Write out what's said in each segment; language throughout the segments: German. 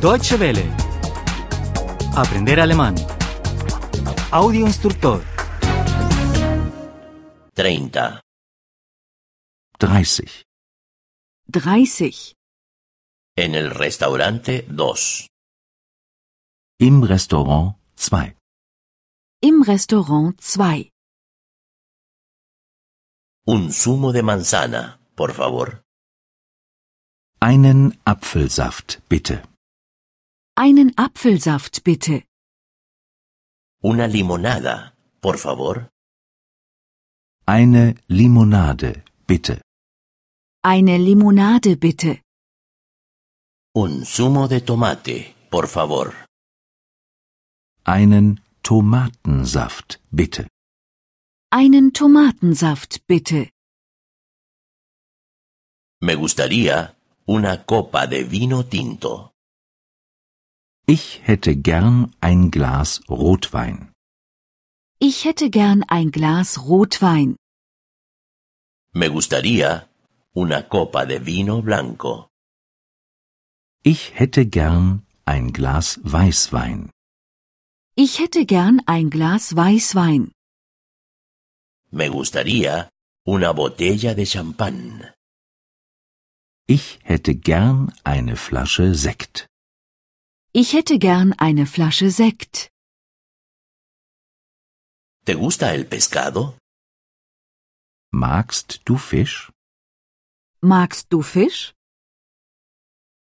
Deutsche Welle. Aprender alemán. Audio instructor. 30. 30. 30. En el restaurante 2. Im Restaurant 2. Im Restaurant 2. Un zumo de manzana, por favor. Einen Apfelsaft, bitte. Einen Apfelsaft bitte. Una limonada, por favor. Eine Limonade, bitte. Eine Limonade bitte. Un zumo de tomate, por favor. Einen Tomatensaft, bitte. Einen Tomatensaft bitte. Me gustaría una copa de vino tinto. Ich hätte gern ein Glas Rotwein. Ich hätte gern ein Glas Rotwein. Me gustaría una copa de vino blanco. Ich hätte gern ein Glas Weißwein. Ich hätte gern ein Glas Weißwein. Me gustaría una botella de champán. Ich hätte gern eine Flasche Sekt. Ich hätte gern eine Flasche Sekt. ¿Te gusta el pescado? Magst du Fisch? Magst du Fisch?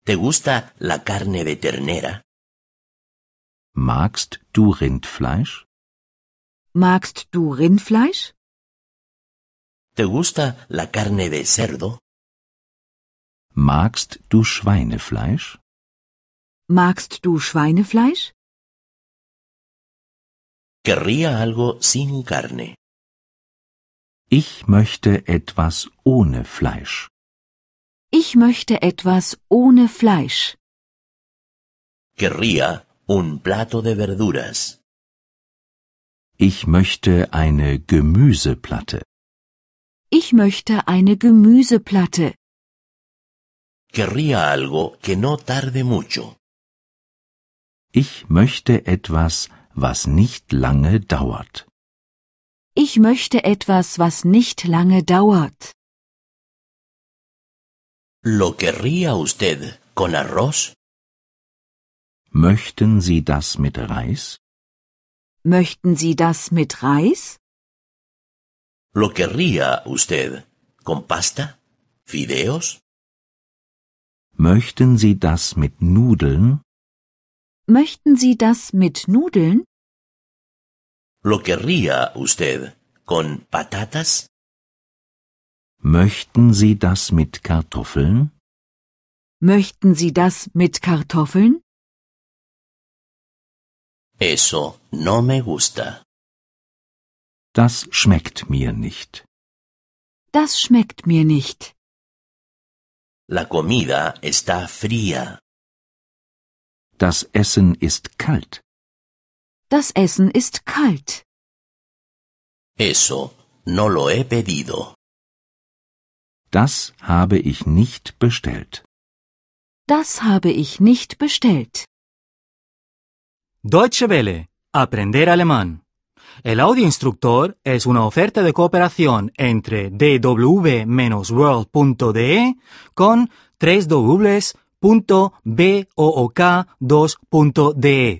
¿Te gusta la carne de ternera? Magst du Rindfleisch? Magst du Rindfleisch? ¿Te gusta la carne de cerdo? Magst du Schweinefleisch? Magst du Schweinefleisch? Querría algo sin carne. Ich möchte etwas ohne Fleisch. Ich möchte etwas ohne Fleisch. Querría un plato de verduras. Ich möchte eine Gemüseplatte. Ich möchte eine Gemüseplatte. Querría algo que no tarde mucho. Ich möchte etwas, was nicht lange dauert. Ich möchte etwas, was nicht lange dauert. ¿Lo querría usted con arroz? Möchten Sie das mit Reis? Möchten Sie das mit Reis? ¿Lo querría usted con pasta? ¿Fideos? Möchten Sie das mit Nudeln? Möchten Sie das mit Nudeln? ¿Lo querría usted con patatas? Möchten Sie das mit Kartoffeln? Möchten Sie das mit Kartoffeln? Eso no me gusta. Das schmeckt mir nicht. Das schmeckt mir nicht. La comida está fría. Das Essen ist kalt. Das Essen ist kalt. Eso no lo he pedido. Das habe ich nicht bestellt. Das habe ich nicht bestellt. Deutsche Welle. Aprender alemán. El audio instructor es una oferta de cooperación entre dw-world.de con 3 2de